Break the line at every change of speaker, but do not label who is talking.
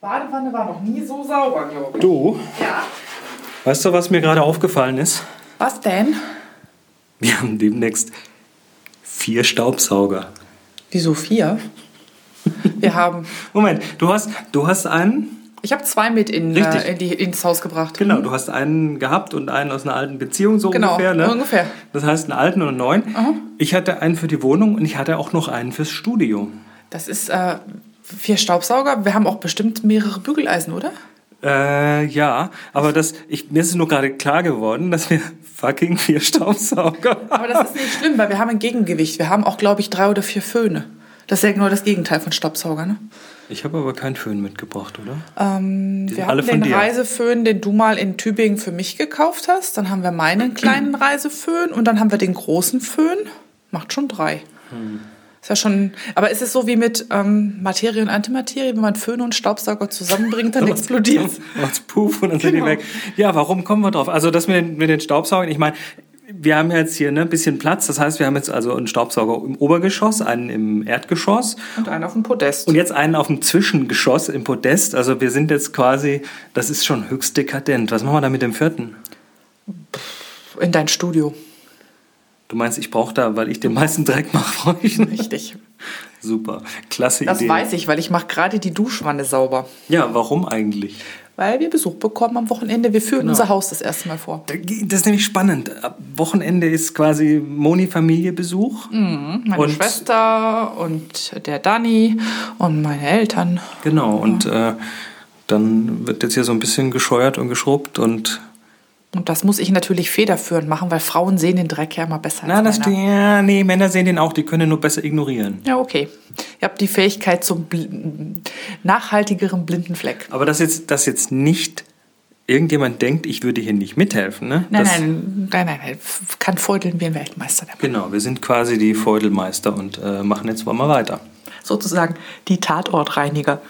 Wochenende war noch nie so sauber, glaube ich.
Du,
Ja.
weißt du, was mir gerade aufgefallen ist?
Was denn?
Wir haben demnächst vier Staubsauger.
Wieso vier? Wir haben.
Moment, du hast, du hast einen,
Ich habe zwei mit in,
Richtig.
äh, in die, ins Haus gebracht.
genau, du hast einen gehabt und einen aus einer alten Beziehung so
Mhm. Genau,
ungefähr, ne?
ungefähr.
Das heißt einen alten und einen neuen. Ich hatte einen für die Wohnung und ich hatte auch noch einen fürs Studio.
Das ist äh, vier Staubsauger. Wir haben auch bestimmt mehrere Bügeleisen, oder?
Äh, ja, aber das, ich, mir ist es nur gerade klar geworden, dass wir fucking vier Staubsauger haben.
Aber das ist nicht schlimm, weil wir haben ein Gegengewicht. Wir haben auch, glaube ich, drei oder vier Föhne. Das ist ja nur das Gegenteil von Staubsauger, ne?
Ich habe aber keinen Föhn mitgebracht, oder?
Ähm,
sind
wir
alle
haben
von
den
dir.
Reiseföhn, den du mal in Tübingen für mich gekauft hast. Dann haben wir meinen kleinen Reiseföhn und dann haben wir den großen Föhn. Macht schon drei.
Hm.
Ist ja schon. Aber ist es so wie mit ähm, Materie und Antimaterie, wenn man Föhn und Staubsauger zusammenbringt, dann explodiert
Macht's puff und dann sind die
Genau.
weg. Ja, warum kommen wir drauf? Also das mit den, mit den Staubsaugern, ich meine, wir haben ja jetzt hier ne, ein bisschen Platz. Das heißt, wir haben jetzt also einen Staubsauger im Obergeschoss, einen im Erdgeschoss
Und einer auf dem Podest.
und jetzt einen auf dem Zwischengeschoss im Podest. Also wir sind jetzt quasi, das ist schon höchst dekadent. Was machen wir da mit dem vierten?
in dein Studio.
Du meinst, ich brauche da, weil ich den meisten Dreck mache, brauche ich nicht.
Richtig.
Super, klasse
Das
Idee.
weiß ich, weil ich mache gerade die Duschwanne sauber.
Ja, warum eigentlich?
Weil wir Besuch bekommen am Wochenende. Wir
Genau.
führen unser Haus das erste Mal vor.
Das ist nämlich spannend. Ab Wochenende ist quasi Moni-Familie-Besuch.
Mhm. Meine
Und-
Schwester und der Dani und meine Eltern.
Genau, und äh, dann wird jetzt hier so ein bisschen gescheuert und geschrubbt und.
Und das muss ich natürlich federführend machen, weil Frauen sehen den Dreck ja immer besser
Na, das
als Männer.
ja, nee, Männer sehen den auch, die können den nur besser ignorieren.
Ja, okay. Ihr habt die Fähigkeit zum bl nachhaltigeren blinden Fleck.
Aber dass jetzt, dass jetzt nicht irgendjemand denkt, ich würde hier nicht mithelfen, ne?
Nein,
das,
nein, nein, nein, nein. Kann feudeln wie ein Weltmeister. Der Mann.
Genau, wir sind quasi die Feudelmeister und äh, machen jetzt mal weiter.
Sozusagen die Tatortreiniger.